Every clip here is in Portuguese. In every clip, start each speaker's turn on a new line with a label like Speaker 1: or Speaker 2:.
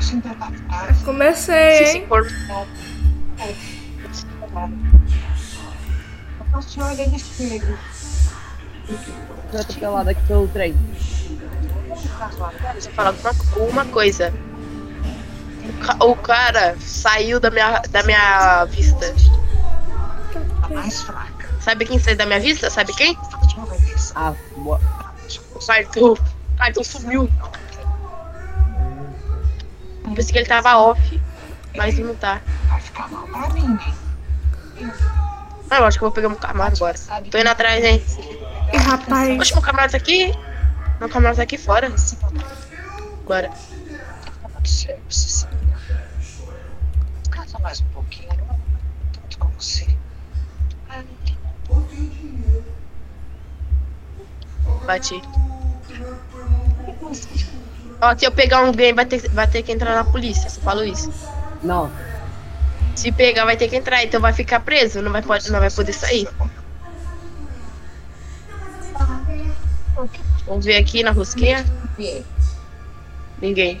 Speaker 1: se entregar paz.
Speaker 2: Comecei,
Speaker 1: Se se
Speaker 2: hein?
Speaker 1: formar. É, se formar. O senhor ele chega.
Speaker 3: Fui atropelada aqui pelo trem.
Speaker 1: Vamos
Speaker 4: Deixa eu falar uma, uma coisa. O ca- O cara saiu da minha, da minha vista.
Speaker 1: A mais fraca.
Speaker 4: Sabe quem saiu da minha vista? Sabe quem?
Speaker 1: Fátima Vanessa.
Speaker 3: Ah, boa.
Speaker 4: O Sartu. O Sartu sumiu. Eu pensei que ele tava off, mas não tá.
Speaker 1: Vai ficar mal pra mim, hein?
Speaker 4: Ah, eu acho que eu vou pegar meu camarada agora. Tô indo atrás, hein?
Speaker 2: Ih, rapaz.
Speaker 4: Oxe, meu camarada tá aqui. Meu camarada tá aqui fora.
Speaker 1: Se botar
Speaker 4: Bora.
Speaker 1: no céu, se se Casa mais um pouquinho. Tanto com você. Ai,
Speaker 4: Bati.
Speaker 1: que coisa.
Speaker 4: Ó, se eu pegar um game, vai ter, vai ter que entrar na polícia. Só falo isso.
Speaker 3: Não,
Speaker 4: Se pegar, vai ter que entrar. Então vai ficar preso. Não vai, pode, não vai poder sair. Vamos ver aqui na rosquinha. Ninguém.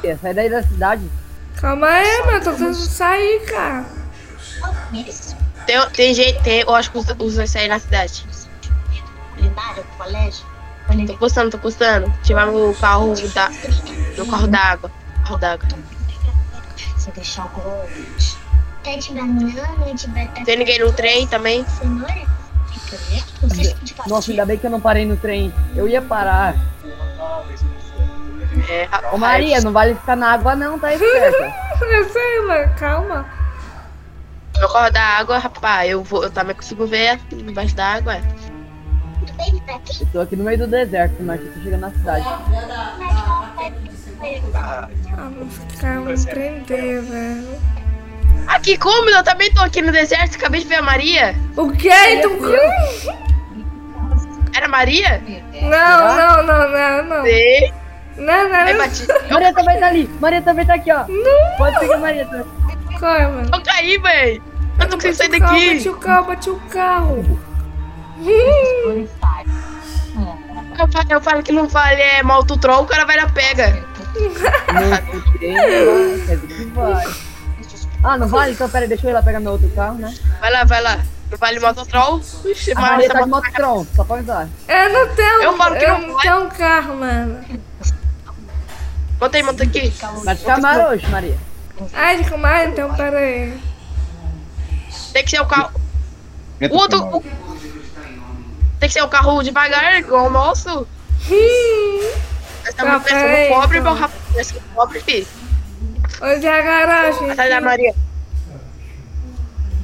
Speaker 3: filha, sai é daí da cidade.
Speaker 2: Calma aí, mano. Tô tentando sair, cara.
Speaker 4: Tem, tem gente, tem, eu acho que os, os dois saíram na cidade.
Speaker 5: culinária do colégio, quando
Speaker 4: Tô
Speaker 5: ele
Speaker 4: custando, tô custando. Tirar o carro da. No carro da água. Carro da água.
Speaker 5: você deixar o gold. Tete banana, de batata
Speaker 4: Tem ninguém no trem também.
Speaker 5: cenoura, fica lento, não sei de
Speaker 3: Nossa, ainda bem que eu não parei no trem. Eu ia parar.
Speaker 4: É, rapaz.
Speaker 3: Ô Maria, não vale ficar na água não, tá esperta.
Speaker 2: Eu sei, mano. Calma.
Speaker 4: No carro da água, rapaz, eu vou. Eu também consigo ver embaixo da água.
Speaker 5: Tudo bem, tá aqui,
Speaker 3: Eu tô aqui no meio do deserto, mas eu tô chegando na cidade.
Speaker 5: mas não vai ter
Speaker 2: Ah, não ficar me prender, velho.
Speaker 4: Aqui, como? Eu também tô aqui no deserto, acabei de ver a Maria.
Speaker 2: O quê? Então, Tu...
Speaker 4: Era a Maria?
Speaker 2: Não, não, não, não, não.
Speaker 4: Sei.
Speaker 2: Não,
Speaker 4: Aí
Speaker 2: não, não.
Speaker 4: bati.
Speaker 3: Maria também tá ali. Maria também tá aqui, ó. Pode pegar a Maria também.
Speaker 2: Corre, mano.
Speaker 4: Eu caí, véi. Eu não consigo sair
Speaker 2: Bati o carro, Bati
Speaker 4: daqui.
Speaker 2: o carro, bati o carro.
Speaker 4: Eu falo, eu falo que não vale é mal tu troll, o cara vai na pega.
Speaker 3: Não, que trem, não, quer dizer que vale. Ah, não vale? Então pera, deixa eu ir lá pegar meu outro carro, né?
Speaker 4: Vai lá, vai lá. Não vale mal tu troll. Ixi,
Speaker 3: A Maria
Speaker 4: Maria,
Speaker 3: tá de
Speaker 4: tá
Speaker 3: mototron, só pra avisar.
Speaker 2: Eu não tenho,
Speaker 4: Eu falo que
Speaker 2: eu
Speaker 4: não
Speaker 2: não
Speaker 4: vai.
Speaker 2: tenho um carro, mano.
Speaker 4: Bota aí, monta aqui.
Speaker 3: Mas chamaram hoje, Maria.
Speaker 2: Ai, de calma, aí, então, pera aí.
Speaker 4: Tem que ser o carro.
Speaker 6: Entra
Speaker 4: O outro.
Speaker 6: pra
Speaker 4: o- Tem que ser o carro devagar, igual o nosso.
Speaker 2: Hum,
Speaker 4: Nós estamos
Speaker 2: Tá, pera aí,
Speaker 4: pensando pobre,
Speaker 2: então.
Speaker 4: meu rapaz. Nós somos pobre, filho.
Speaker 2: onde é a garagem?
Speaker 4: Atrás da Maria.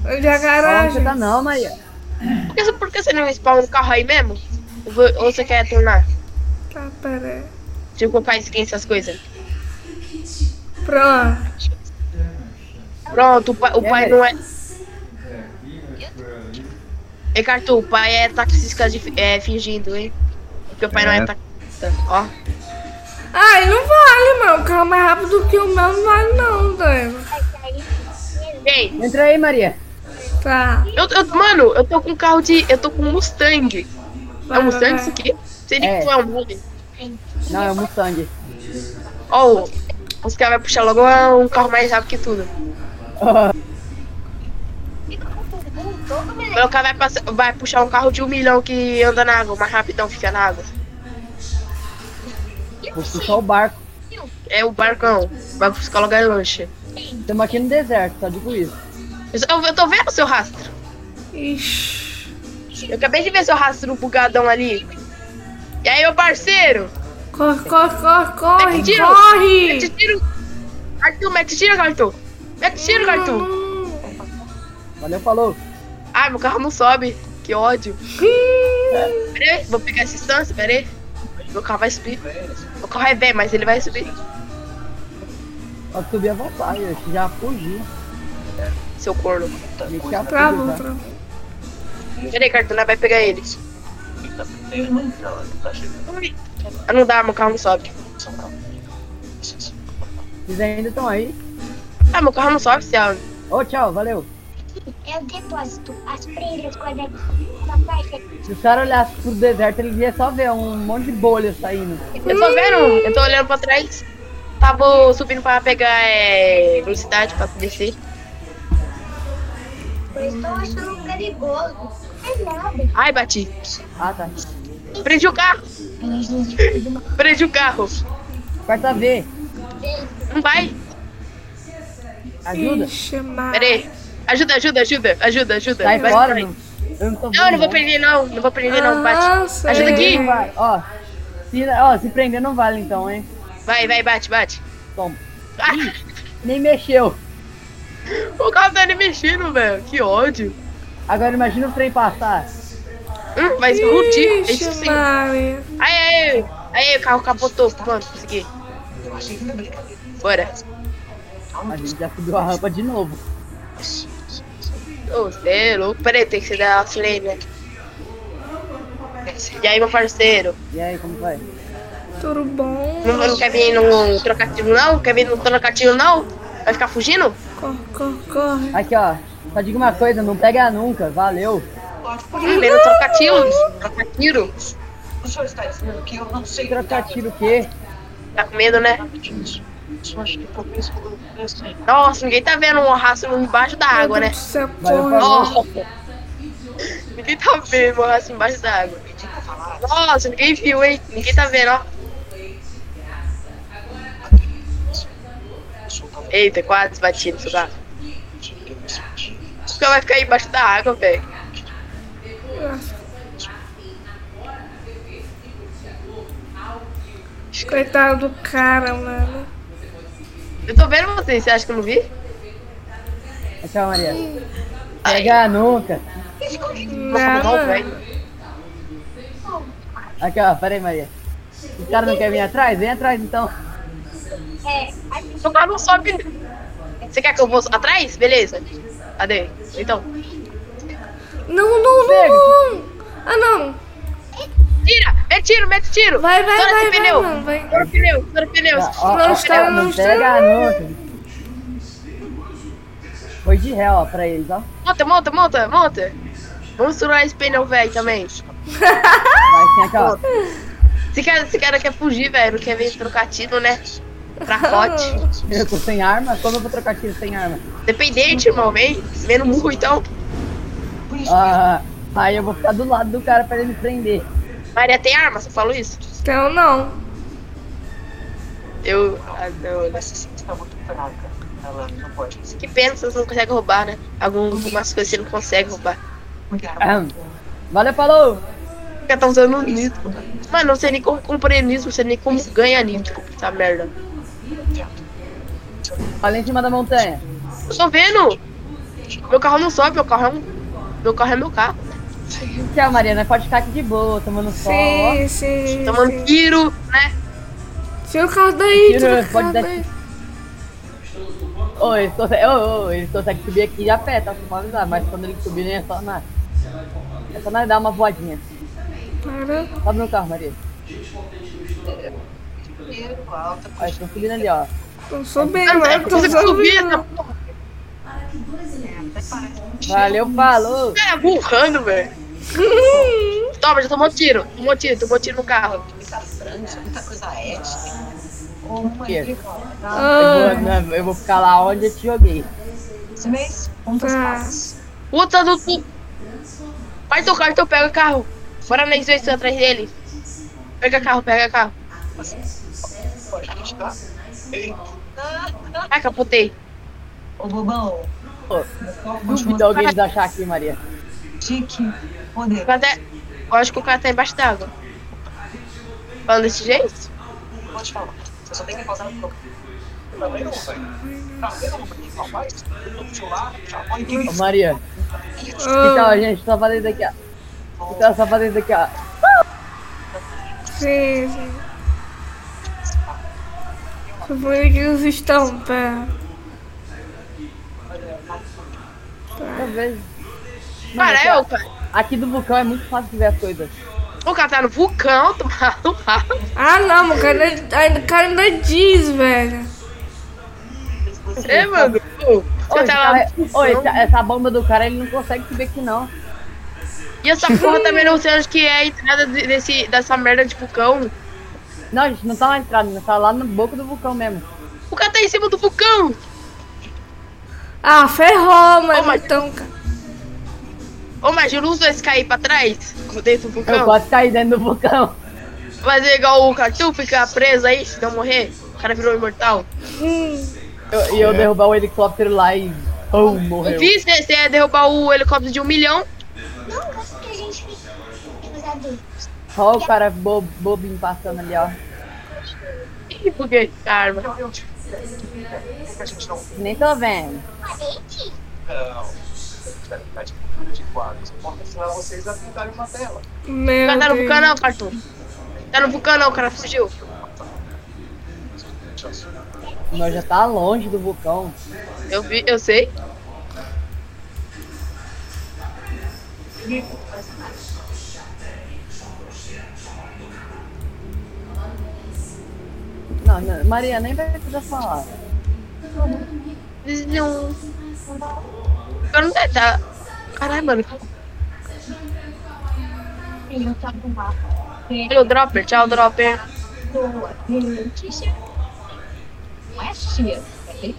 Speaker 2: Onde é a
Speaker 3: Fala onde você
Speaker 2: garagem?
Speaker 3: tá não, Maria.
Speaker 4: Por que, por que você não spawna o carro aí mesmo? Ou vo- ou você quer tornar?
Speaker 2: Tá, pera aí.
Speaker 4: Tipo, faz skin, essas coisas.
Speaker 2: Pronto.
Speaker 4: Pronto, o pai, o
Speaker 3: É,
Speaker 4: pai
Speaker 3: velho.
Speaker 4: não é. Ei, Cartu, o pai é taxista de, é, fingindo, hein? Porque o pai não é
Speaker 6: É.
Speaker 4: taxista. Ó,
Speaker 2: Ai, não vale, mano. O carro é mais rápido que o meu não vale, não, doido.
Speaker 4: bem,
Speaker 3: Entra aí, Maria.
Speaker 2: Tá.
Speaker 4: eu, eu- mano, eu tô com um carro de. Eu tô com um Mustang. É
Speaker 2: Vai,
Speaker 4: um Mustang
Speaker 2: vai,
Speaker 4: isso
Speaker 2: vai.
Speaker 4: aqui? Seria
Speaker 3: É.
Speaker 4: que foi um Mustang.
Speaker 3: Não, é um Mustang.
Speaker 4: Ó, os caras vão puxar logo ah, um carro mais rápido que tudo. Meu cara vai, passar- vai puxar um carro de um milhão que anda na água, mais rapidão fica na água.
Speaker 3: Vou puxar o barco.
Speaker 4: É o barcão, vai buscar logo a é lancha.
Speaker 3: Estamos aqui no deserto, só digo isso.
Speaker 4: Eu, só- eu tô vendo seu rastro.
Speaker 2: Ixi.
Speaker 4: Eu acabei de ver seu rastro bugadão ali. E aí, meu parceiro?
Speaker 2: Corre, corre, corre, corre,
Speaker 4: Mete tiro! Mete
Speaker 2: corre.
Speaker 4: tiro! Arthur, mete tiro, Arthur! Mete tiro, Arthur!
Speaker 3: Valeu, falou.
Speaker 4: Ai, meu carro não sobe. Que ódio. Pera aí, vou pegar essa distância, pera aí. Meu carro vai subir. Meu carro é bem, mas ele vai subir.
Speaker 3: Só subir à vontade, eu acho que já fugi.
Speaker 4: Seu corno.
Speaker 3: Me tinha
Speaker 2: Travou,
Speaker 3: fugido,
Speaker 2: travou.
Speaker 4: Pera aí, Cartão, vai pegar ele. Ui. Ah, Não dá, meu carro não sobe.
Speaker 3: já. Eles tá? ainda estão aí.
Speaker 4: Ah, meu carro não sobe, céu.
Speaker 3: Ô, tchau, valeu.
Speaker 5: Eu depósito as prendas quando é uma faixa.
Speaker 3: Se o cara olhasse pro deserto, ele ia só ver um monte de bolha saindo.
Speaker 4: Eu tô vendo, eu tô olhando pra trás. Tava subindo pra pegar é, velocidade pra descer.
Speaker 5: Eu estou achando um perigoso. Não é nada.
Speaker 4: Ai, bati.
Speaker 3: Ah, tá.
Speaker 4: Prendi o carro,
Speaker 5: A gente fez uma
Speaker 4: prendi o carro.
Speaker 3: Quarta V.
Speaker 5: vez.
Speaker 4: Não vai.
Speaker 3: Ajuda?
Speaker 2: Ixi, mano.
Speaker 4: Pera aí. Ajuda, ajuda, ajuda, ajuda, ajuda.
Speaker 3: Sai
Speaker 4: Vai,
Speaker 3: fora,
Speaker 4: vai.
Speaker 3: não. Eu não tô
Speaker 4: Não, eu não vou
Speaker 3: vendo. né?
Speaker 4: prender não, não vou prender não, bate.
Speaker 2: Ah, sei.
Speaker 4: Ajuda aqui.
Speaker 3: Não vai. Ó, se, ó, se prender não vale então, hein?
Speaker 4: Vai, vai, bate, bate.
Speaker 3: Toma.
Speaker 4: Ah,
Speaker 3: Nem mexeu.
Speaker 4: o carro tá nem mexendo, velho. Que ódio.
Speaker 3: Agora imagina o trem passar.
Speaker 4: Hum, vai explodir. É isso
Speaker 2: Ixi,
Speaker 4: sim.
Speaker 2: Maria.
Speaker 4: Aí, aí, aí, o carro capotou. Tá, Mano, consegui.
Speaker 1: Eu achei que não é brincadeira.
Speaker 4: Bora.
Speaker 3: A gente já subiu a rampa de novo.
Speaker 4: Ô, cê é louco. Peraí, tem que ser da Auxilia. E aí, meu parceiro?
Speaker 3: E aí, como vai?
Speaker 2: Tudo bom?
Speaker 4: Não, não quer vir no trocativo, não? Quer vir no trocativo, não? Vai ficar fugindo?
Speaker 2: Corre, corre, corre.
Speaker 3: Aqui, ó. Só diga uma coisa, não pega nunca. Valeu.
Speaker 4: Hum, vem no trocativo. Trocatiro.
Speaker 1: O senhor está dizendo que eu não sei
Speaker 3: Trocar tiro o quê?
Speaker 4: Tá com medo, né?
Speaker 1: disso. O senhor acha que por isso eu não sei.
Speaker 4: Nossa, ninguém tá vendo um rastro embaixo da água,
Speaker 2: Meu
Speaker 4: né?
Speaker 2: Deus do céu,
Speaker 3: Valeu,
Speaker 2: corre.
Speaker 4: Oh. Ninguém tá vendo um rastro embaixo da água. Nossa, ninguém viu, hein? Ninguém tá vendo, ó. Eita, quase batido isso lá. Porque vai ficar aí embaixo da água, velho.
Speaker 2: Coitado do cara, mano.
Speaker 4: Eu tô vendo vocês, você acha que eu não vi?
Speaker 3: Aqui, ó, Maria. Pega ah, nunca.
Speaker 4: Nossa,
Speaker 2: Não,
Speaker 4: não,
Speaker 2: mano.
Speaker 4: velho.
Speaker 3: Aqui, ó. Pera aí, Maria. O cara não quer vir atrás? Vem atrás, então.
Speaker 5: É, a gente
Speaker 4: O cara não sobe. Você quer que eu vou atrás? Beleza. Cadê? Então.
Speaker 2: Não, não, não, não. Ah, não.
Speaker 4: Tira! Mete tiro, mete tiro!
Speaker 2: Vai, vai,
Speaker 4: Estoura
Speaker 2: vai,
Speaker 4: esse
Speaker 2: vai,
Speaker 4: pneu!
Speaker 2: mano, vai.
Speaker 4: Estoura o pneu, estoura o pneu!
Speaker 3: Ó, ó,
Speaker 2: Não
Speaker 3: ó,
Speaker 2: está, não
Speaker 3: não
Speaker 2: está.
Speaker 3: pega ah, nunca. Foi de ré, ó, pra eles, ó.
Speaker 4: Monta, monta, monta, monta! Vamos estourar esse pneu, velho, também.
Speaker 3: Vai sim, aqui, ó.
Speaker 4: Esse cara, esse cara quer fugir, velho, não quer vir trocar tiro, né? Fracote.
Speaker 3: Eu tô sem arma? Como eu vou trocar tiro sem arma?
Speaker 4: Dependente, irmão, vem. Vem no murro, então.
Speaker 3: Ah, aí eu vou ficar do lado do cara pra ele me prender.
Speaker 4: Maria tem arma, você falou isso?
Speaker 2: Então não.
Speaker 4: Eu. Ah, não, né?
Speaker 1: Mas se você está muito fraca, ela não pode se
Speaker 4: Que pena que vocês não conseguem roubar, né? Algum- Algumas coisas você não consegue roubar.
Speaker 1: cuidar.
Speaker 3: Aham. Valeu, falou!
Speaker 4: Porque tá usando o nitro. Mano, não sei nem como comprei nitro, não sei nem como ganha nitro. Essa merda.
Speaker 3: Olha em cima da montanha.
Speaker 4: Eu tô vendo! Meu carro não sobe, meu carro é um. Meu carro é meu carro.
Speaker 3: Tchau, Mariana. Pode ficar aqui de boa, tomando sol. ó.
Speaker 2: Sim, sim.
Speaker 4: Tomando
Speaker 2: sim.
Speaker 4: tiro, né?
Speaker 2: Tira o carro daí, tira
Speaker 3: Tira,
Speaker 2: o carro
Speaker 3: pode dar-
Speaker 2: daí.
Speaker 3: Ô, eles conseguem, ô, ô, eles conseguem subir aqui a pé, tá? Só pra avisar. Mas quando eles subirem é só nada. É só nada dar uma voadinha.
Speaker 2: Para.
Speaker 3: Sobe no carro, Maria.
Speaker 1: Primeiro, alta,
Speaker 3: Ó, eles estão subindo um ali, ó.
Speaker 2: Não sou bem,
Speaker 4: Mano, eu
Speaker 2: mano.
Speaker 4: Ah, não
Speaker 2: Tô
Speaker 4: consigo subir essa
Speaker 2: usando.
Speaker 4: porra.
Speaker 3: Valeu, falou!
Speaker 4: Cara, tá é, burrando, velho. Toma, já tomou tiro. Tomou tiro, tomou tiro no carro.
Speaker 1: muita franja, muita coisa ética. Como é que rola?
Speaker 3: Eu
Speaker 2: Ah,
Speaker 3: vou, não, eu vou ficar lá onde eu te joguei.
Speaker 1: Esse mês, quantas
Speaker 2: Tá.
Speaker 1: passes?
Speaker 4: Puta tá do tu. Vai tocar, então pega o carro. Bora na insurreição atrás dele. Pega carro, pega carro.
Speaker 1: Pode continuar?
Speaker 4: Ai, capotei.
Speaker 1: Ô, bobão.
Speaker 3: Ô,
Speaker 1: Qual o último
Speaker 3: Duvido alguém nos achar aqui, Maria.
Speaker 1: tique? Poder.
Speaker 4: Eu Até... tá- Eu acho que o cara tá embaixo d'água. Falando desse jeito?
Speaker 1: Vou te falar. Você só tem que causar um problema. Também não, velho. Também não, porque rapaz, eu tô chulado, já vou em quem
Speaker 3: Ô, Maria. Que
Speaker 2: ah,
Speaker 3: tal, gente? Só fazer isso aqui, ó. Que tal só fazer isso aqui, ó.
Speaker 2: sim, sim. Como é que eles estão, pé?
Speaker 3: Talvez.
Speaker 4: Cara, é o cara.
Speaker 3: Aqui do vulcão é muito fácil de ver as coisas.
Speaker 4: O cara tá no vulcão, tomado no mar.
Speaker 2: Ah, não, o cara, é ainda- o cara ainda diz, velho.
Speaker 4: É, mano. Pô, Você
Speaker 3: Oi,
Speaker 4: tá lá
Speaker 3: esse
Speaker 4: no
Speaker 3: cara- oi,
Speaker 4: chão.
Speaker 3: essa, essa bomba do cara, ele não consegue subir aqui, não.
Speaker 4: E essa porra também não sei onde que é a entrada de- desse, dessa merda de vulcão.
Speaker 3: Não, a gente não tá na entrada, a gente tá lá no boca do vulcão mesmo.
Speaker 4: O cara tá em cima do vulcão.
Speaker 2: Ah, ferrou, mano.
Speaker 4: Ô, mas-
Speaker 2: Então, cara.
Speaker 4: Ô, mas não usa esse cair pra trás, dentro do
Speaker 3: Eu
Speaker 4: vulcão.
Speaker 3: posso cair dentro do vulcão.
Speaker 4: Fazer é igual o Catu, ficar preso aí, se não morrer. O cara virou imortal.
Speaker 3: Eu- E eu, derrubar o helicóptero lá e. Pum,
Speaker 4: Eu
Speaker 3: morreu.
Speaker 4: vi, você você ia é derrubar o helicóptero de um milhão.
Speaker 5: Não, eu acho que é a gente fica tipo, adultos.
Speaker 3: Olha o cara bo bobinho passando ali, ó.
Speaker 4: Ih, buguei a arma.
Speaker 1: Eu, eu te... Por que a gente não...
Speaker 3: Nem tô vendo.
Speaker 5: A gente?
Speaker 1: Não. Especialidade de cultura de quadros. Importa ensinar vocês a pintarem uma tela.
Speaker 4: O
Speaker 2: Meu
Speaker 4: cara tá no
Speaker 2: Deus.
Speaker 4: vulcão não, Catu. Tá no vulcão não, o cara fugiu.
Speaker 3: Nós já tá longe do vulcão.
Speaker 4: Eu vi, eu sei.
Speaker 3: Não, não, Maria nem vai precisar falar.
Speaker 4: Eles não. Eu não sei, tá. Caralho, mano.
Speaker 5: Ele não tá no mapa.
Speaker 4: Olha o Dropper, tchau, Dropper.
Speaker 5: Boa. Notícia. Não é cheiro.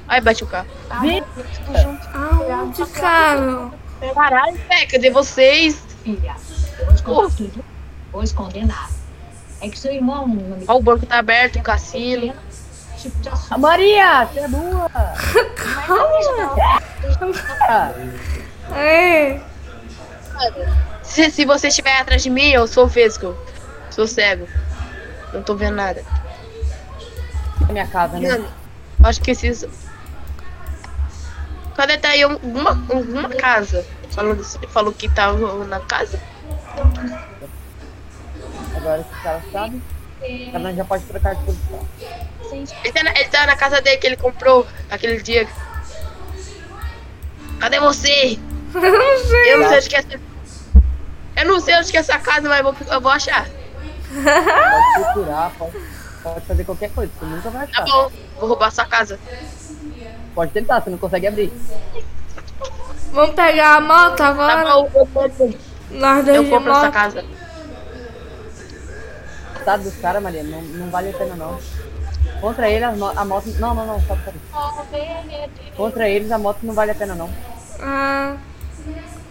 Speaker 4: Ai, bate o carro.
Speaker 3: Vem.
Speaker 5: Tudo junto,
Speaker 2: Aonde, cara?
Speaker 4: Caralho, velho, É, cadê vocês?
Speaker 5: filha. Os condenados. Os condenados. É que seu irmão não me
Speaker 4: Ó, o banco tá aberto, o cassino.
Speaker 5: tipo de assunto.
Speaker 3: Ah, Maria, você é boa! Calma!
Speaker 2: É.
Speaker 4: Se, se você estiver atrás de mim, eu sou vesgo. Sou cego. Não tô vendo nada.
Speaker 3: Na minha casa, né?
Speaker 4: Mano, acho que esses. Cadê tá aí alguma, alguma casa? Falou, falou que tava na casa.
Speaker 3: Agora esse cara sabe. Ela já pode trocar de posição.
Speaker 4: Ele tá, na, ele tá na casa dele que ele comprou aquele dia. Cadê você?
Speaker 2: Eu não sei.
Speaker 4: Eu não sei onde que é essa. Eu não sei onde que é essa casa, mas eu vou, eu vou achar.
Speaker 3: Pode procurar, pode, pode fazer qualquer coisa. Você nunca vai
Speaker 4: Tá
Speaker 3: achar.
Speaker 4: bom, vou roubar sua casa.
Speaker 3: Pode tentar, você não consegue abrir.
Speaker 2: Vamos pegar a moto
Speaker 4: Tá
Speaker 2: agora?
Speaker 4: bom, eu compro,
Speaker 2: Nós dois
Speaker 4: eu
Speaker 2: de
Speaker 4: compro essa
Speaker 2: moto.
Speaker 4: casa.
Speaker 3: Estado dos caras, Maria, não, não vale a pena não. Contra ele, a, mo- a moto. Não, não, não, só por Contra eles, a moto não vale a pena não.
Speaker 2: Ah,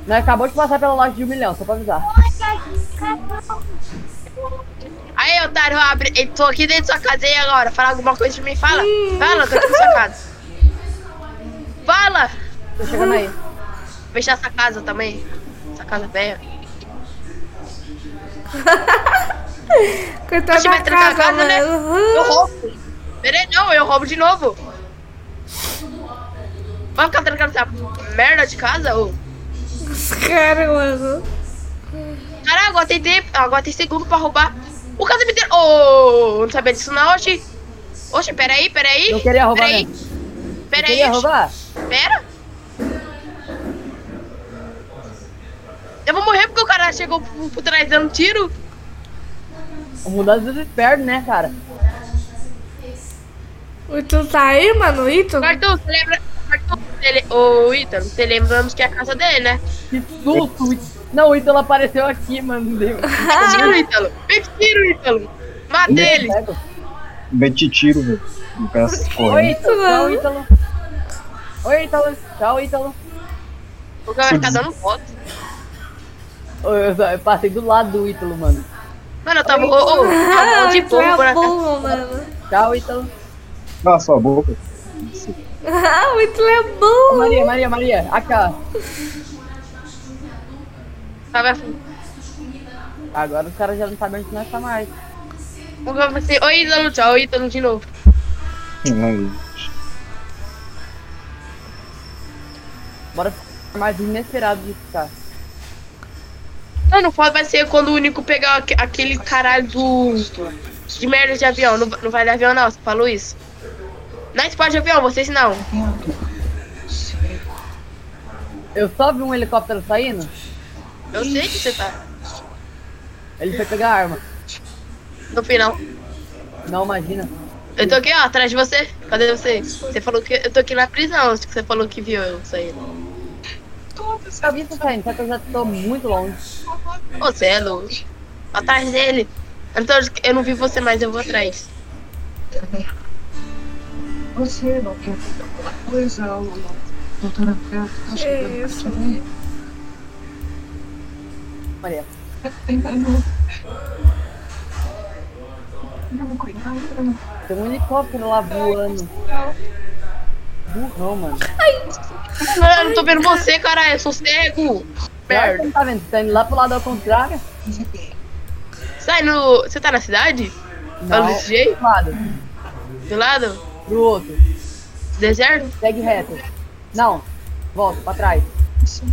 Speaker 3: Nós acabou de passar pela loja de um milhão, só pra avisar.
Speaker 4: Aí, otário, abre. Eu tô aqui dentro da sua casa e agora? Fala alguma coisa pra mim? Fala. Fala, que eu tô na sua casa. Fala!
Speaker 3: Tô chegando aí.
Speaker 4: Vou Fechar essa casa também. Essa casa é velha.
Speaker 2: coitada
Speaker 4: Acho que vai
Speaker 2: da
Speaker 4: trancar a
Speaker 2: tá casa,
Speaker 4: casa, né?
Speaker 2: velho.
Speaker 4: Eu
Speaker 2: Uhum.
Speaker 4: roubo. Peraí, não, eu roubo de novo. Vai ficar trancando essa merda de casa? Ô.
Speaker 2: Os caras, mano.
Speaker 4: Caralho, agora tem tempo. Agora tem segundo pra roubar. O cara me deu. Ô, não sabia disso não, Oxi. Oxi, peraí, peraí.
Speaker 3: Eu queria roubar
Speaker 4: peraí.
Speaker 3: mesmo. Eu
Speaker 4: Peraí,
Speaker 3: queria
Speaker 4: oxi.
Speaker 3: roubar?
Speaker 4: Pera! Eu vou morrer porque o cara chegou por, por trás dando tiro.
Speaker 3: O mudança do desespero, né, cara?
Speaker 2: O Itu tá aí, mano? O Itu?
Speaker 4: Cartão, você lembra? Cartão, você le- ô Ítalo, você lembramos que é a casa dele, né?
Speaker 3: Que susto! o It- Não, o Ítalo apareceu aqui, mano. Deu.
Speaker 2: Ah.
Speaker 4: Tiro, Ítalo! Mete tiro, Ítalo! Mata ele!
Speaker 3: Cego.
Speaker 6: Meti tiro, velho. No cara
Speaker 3: Oi,
Speaker 6: correndo.
Speaker 3: Ítalo. Tchau, Ítalo. Oi, Ítalo. Tchau, Ítalo.
Speaker 4: O cara vai ficar dando voto.
Speaker 3: Ô, Eu, só- eu passei do lado do Ítalo, mano.
Speaker 4: Mano, eu tava. Ô, ô, tá bom
Speaker 2: Ah,
Speaker 4: de
Speaker 2: o Itu é
Speaker 4: pólvora.
Speaker 2: burro, mano.
Speaker 3: Tchau, Ítalo.
Speaker 6: Cala sua boca.
Speaker 2: Ah, o Itu é
Speaker 3: Ô,
Speaker 2: burro.
Speaker 3: Maria, Maria, Maria. Aqui, ó.
Speaker 4: Tá, vai- O
Speaker 3: Agora os caras já não sabem onde nós tá mais.
Speaker 4: cara vai ser. Oi, Ítalo, tchau, Ítalo de novo.
Speaker 6: Aí.
Speaker 3: Bora ficar mais inesperado de ficar.
Speaker 4: Mano, o foda vai ser quando o único pegar aque- aquele caralho do. De merda de avião. Não, va- não vai dar avião, não. Você falou isso. Nós pode de avião, vocês não.
Speaker 3: Eu só vi um helicóptero saindo,
Speaker 4: Eu sei que você tá.
Speaker 3: ele foi pegar a arma.
Speaker 4: No final.
Speaker 3: Não, imagina.
Speaker 4: Eu tô aqui, ó, atrás de você. Cadê você? Você falou que eu tô aqui na prisão, acho que você falou que viu eu saindo.
Speaker 1: Todas.
Speaker 3: Eu vi você saindo, só que eu já tô muito longe.
Speaker 4: Ô, você é louco. Atrás dele. Então, eu não vi você mais, eu vou atrás.
Speaker 1: Você não quer alguma coisa, ou doutora Fé, tá chegando
Speaker 2: isso?
Speaker 1: pra também.
Speaker 3: Olha,
Speaker 1: Tentando. Não, cuidado.
Speaker 3: tem um helicóptero lá voando. Burrão, mano.
Speaker 4: Mano, eu não tô vendo você, caralho, eu sou cego.
Speaker 3: Claro que
Speaker 4: Merda.
Speaker 3: não tá vendo, tá indo lá pro lado ao contrário.
Speaker 4: Sai no. Você tá na cidade?
Speaker 3: Não,
Speaker 4: Tá desse jeito?
Speaker 3: pro lado,
Speaker 4: Do lado?
Speaker 3: pro outro.
Speaker 4: Deserto?
Speaker 3: Segue reto. Não, volta, pra trás.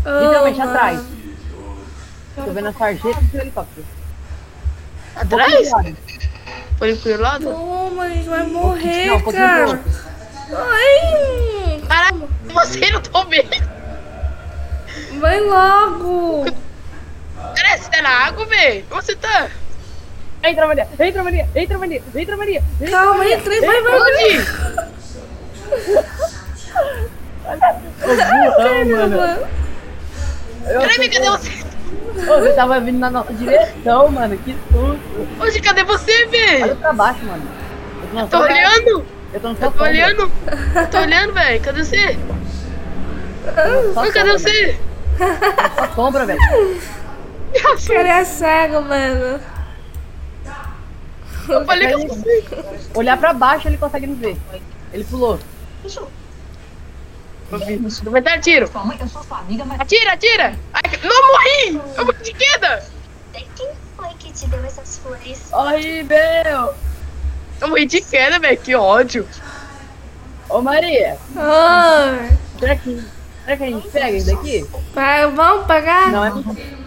Speaker 2: Oh,
Speaker 3: Literalmente
Speaker 2: mano.
Speaker 3: atrás. Tô vendo a sarjeta do helicóptero.
Speaker 4: Atrás?
Speaker 3: Vou pro lado.
Speaker 4: Foi pro lado?
Speaker 2: Não, mas a gente vai morrer,
Speaker 3: Não, um pouquinho pro
Speaker 2: cara.
Speaker 3: outro.
Speaker 2: Ai,
Speaker 4: Caralho, você não tá tô vendo.
Speaker 2: hum, vai logo.
Speaker 4: Caralho, você tá na água, velho? Onde você tá?
Speaker 3: Entra, Maria! Entra, Maria! Entra, Maria! Entra, Maria!
Speaker 2: Calma, entra aí, vai, vai, vai.
Speaker 4: Onde?
Speaker 3: Não, mano!
Speaker 2: Mano,
Speaker 3: Eu,
Speaker 4: Peraí, cadê você?
Speaker 3: Ô, você tava vindo na nossa direção, mano! Que susto!
Speaker 4: Onde? Cadê você,
Speaker 3: Olha
Speaker 4: velho?
Speaker 3: pra baixo, mano! Eu tô, na
Speaker 4: Tô
Speaker 3: sua-
Speaker 4: olhando.
Speaker 3: Eu tô, na sua
Speaker 4: Eu tô
Speaker 3: sombra.
Speaker 4: olhando. Eu tô olhando, velho. Cadê você?
Speaker 3: Eu tô na
Speaker 4: Oi,
Speaker 3: sua
Speaker 4: cadê
Speaker 3: sombra,
Speaker 4: você?
Speaker 3: mano. Sua sombra, velho!
Speaker 2: o cara é cego, mano.
Speaker 4: Eu falei que eu sou cego.
Speaker 3: Olhar pra baixo ele consegue me ver. Ele pulou.
Speaker 4: Não vai dar tiro.
Speaker 5: Sua mãe, eu sou sua amiga, mas
Speaker 4: Atira, atira! Ai, que- não morri! Eu morri de queda!
Speaker 5: quem foi que te deu essas flores?
Speaker 3: Horrível!
Speaker 4: Eu morri de queda, velho. Que ódio.
Speaker 3: Ô Maria,
Speaker 2: Ai,
Speaker 3: será que, será que a gente pega isso daqui?
Speaker 2: vai, vamos pagar?
Speaker 3: Não, é muito.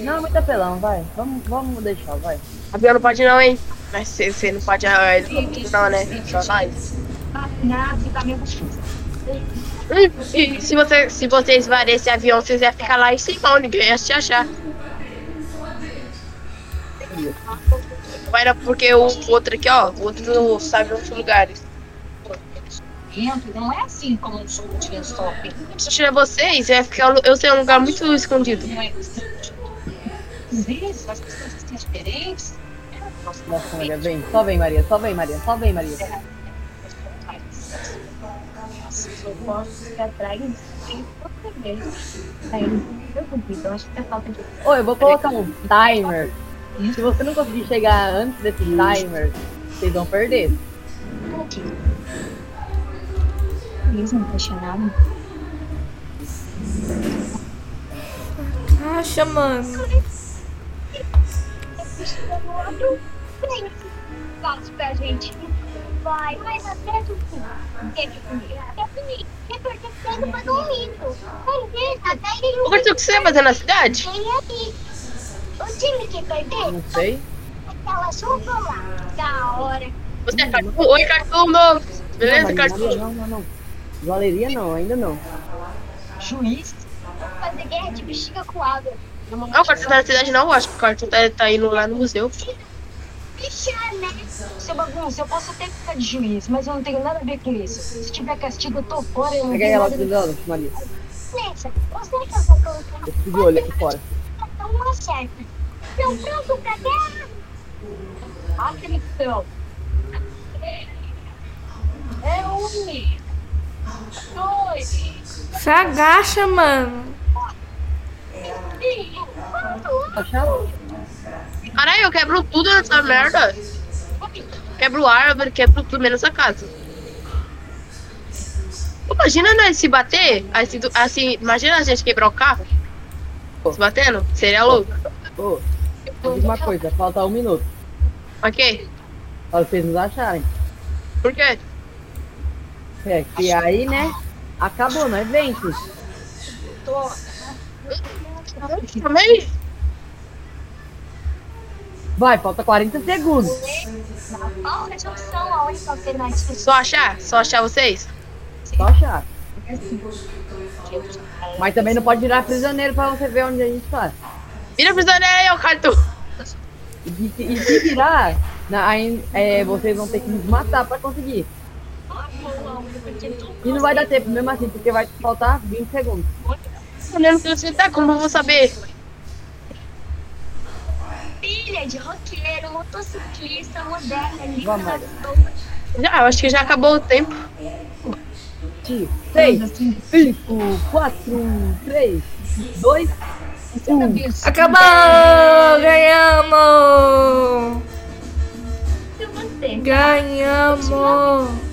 Speaker 3: Não, é muito apelão, vai. Vamos, vamos deixar, vai.
Speaker 4: Avião não pode não, hein? Mas você você não pode ah, ele não, pode não, né? Só nós.
Speaker 5: Na vida minha gostosa.
Speaker 4: Hum, E se você, se você esvaria esse avião, vocês iam ficar lá em cima, ninguém ia te achar. Mas Era porque o outro aqui, ó, o outro não sabe outros lugares.
Speaker 5: Dentro, não é assim como um jogo de stop.
Speaker 4: Se eu tirar vocês, eu ia ficar. Eu sei um lugar muito escondido.
Speaker 5: Não é assim. Às vezes as pessoas são diferentes. Nossa,
Speaker 3: Nossa, Maria, vem. é Só vem, Maria. Só vem, Maria. Só vem, Maria.
Speaker 5: Eu posso ir atrás sem perceber. Aí, eu duvido, eu acho que é falta de.
Speaker 3: Ô, eu vou colocar um timer. Se você não conseguir chegar antes desse timer, vocês vão perder.
Speaker 5: Eles não questionaram.
Speaker 2: Acha, mano.
Speaker 5: Fala pra gente. Vai, mas até do fim. Quer comigo? Quer comigo? Quer pertencendo pra domingo. Vai ver, até ele
Speaker 4: Ô, Arthur, o que você vai fazer na cidade?
Speaker 5: vem aqui. O time que perdeu,
Speaker 3: Não sei.
Speaker 5: aquela chuva lá. Da hora.
Speaker 4: Você é cartoon? Oi, cartoon novo. Beleza,
Speaker 3: não, Maria,
Speaker 4: cartoon?
Speaker 3: não, não, não. Valeria não, ainda não.
Speaker 5: Juiz. Vamos fazer guerra de bexiga com água.
Speaker 4: Não, o cartoon tá na cidade não, eu acho que o cartoon tá, tá indo lá no museu.
Speaker 5: Bicha, né? Seu bagunça, eu posso até ficar de juiz, mas eu não tenho nada a ver com isso. Se tiver castigo, eu tô fora. Eu não
Speaker 3: Pega
Speaker 5: tenho
Speaker 3: ela
Speaker 5: nada a
Speaker 3: aqui,
Speaker 5: ver
Speaker 3: Lola, Maria.
Speaker 5: Nessa, você que eu vou colocar
Speaker 3: Eu fico de olho aqui fora.
Speaker 5: cada uma certa. Não pronto pra guerra! Atenção! É um, dois,
Speaker 2: Se agacha, mano.
Speaker 5: três, quatro,
Speaker 3: Achava?
Speaker 4: Caralho, eu quebro tudo nessa merda.
Speaker 5: oito.
Speaker 4: Quebro árvore, quebro tudo menos a casa. Imagina nós se bater, assim, do- assim, imagina a gente quebrar o carro. Se batendo, seria louco.
Speaker 3: Ô, oh, uma coisa, falta um minuto.
Speaker 4: Ok?
Speaker 3: Pra vocês nos acharem.
Speaker 4: Por quê?
Speaker 3: É, que aí, né? Acabou, não é vento.
Speaker 4: Também?
Speaker 3: Vai, falta 40 segundos.
Speaker 5: Qual é a opção? A única alternativa
Speaker 4: Só achar? Só achar vocês?
Speaker 3: Só achar.
Speaker 5: é assim.
Speaker 3: Mas também não pode virar prisioneiro pra você ver onde a gente tá.
Speaker 4: Vira prisioneiro aí, ô Cartu.
Speaker 3: E, se- e se virar, Na, aí, é, vocês vão ter que nos matar pra conseguir. E não vai dar tempo mesmo assim, porque vai faltar 20 segundos.
Speaker 4: Eu não sei onde tá, como eu vou saber?
Speaker 5: Filha de roqueiro, motociclista, moderna, linda
Speaker 3: Vamos,
Speaker 5: das
Speaker 3: Maria.
Speaker 5: boas.
Speaker 4: Já, eu acho que já acabou o tempo.
Speaker 3: 6, 5, 4, 3, 2, 1.
Speaker 2: Acabou! Ganhamos!
Speaker 5: Se você
Speaker 2: Ganhamos!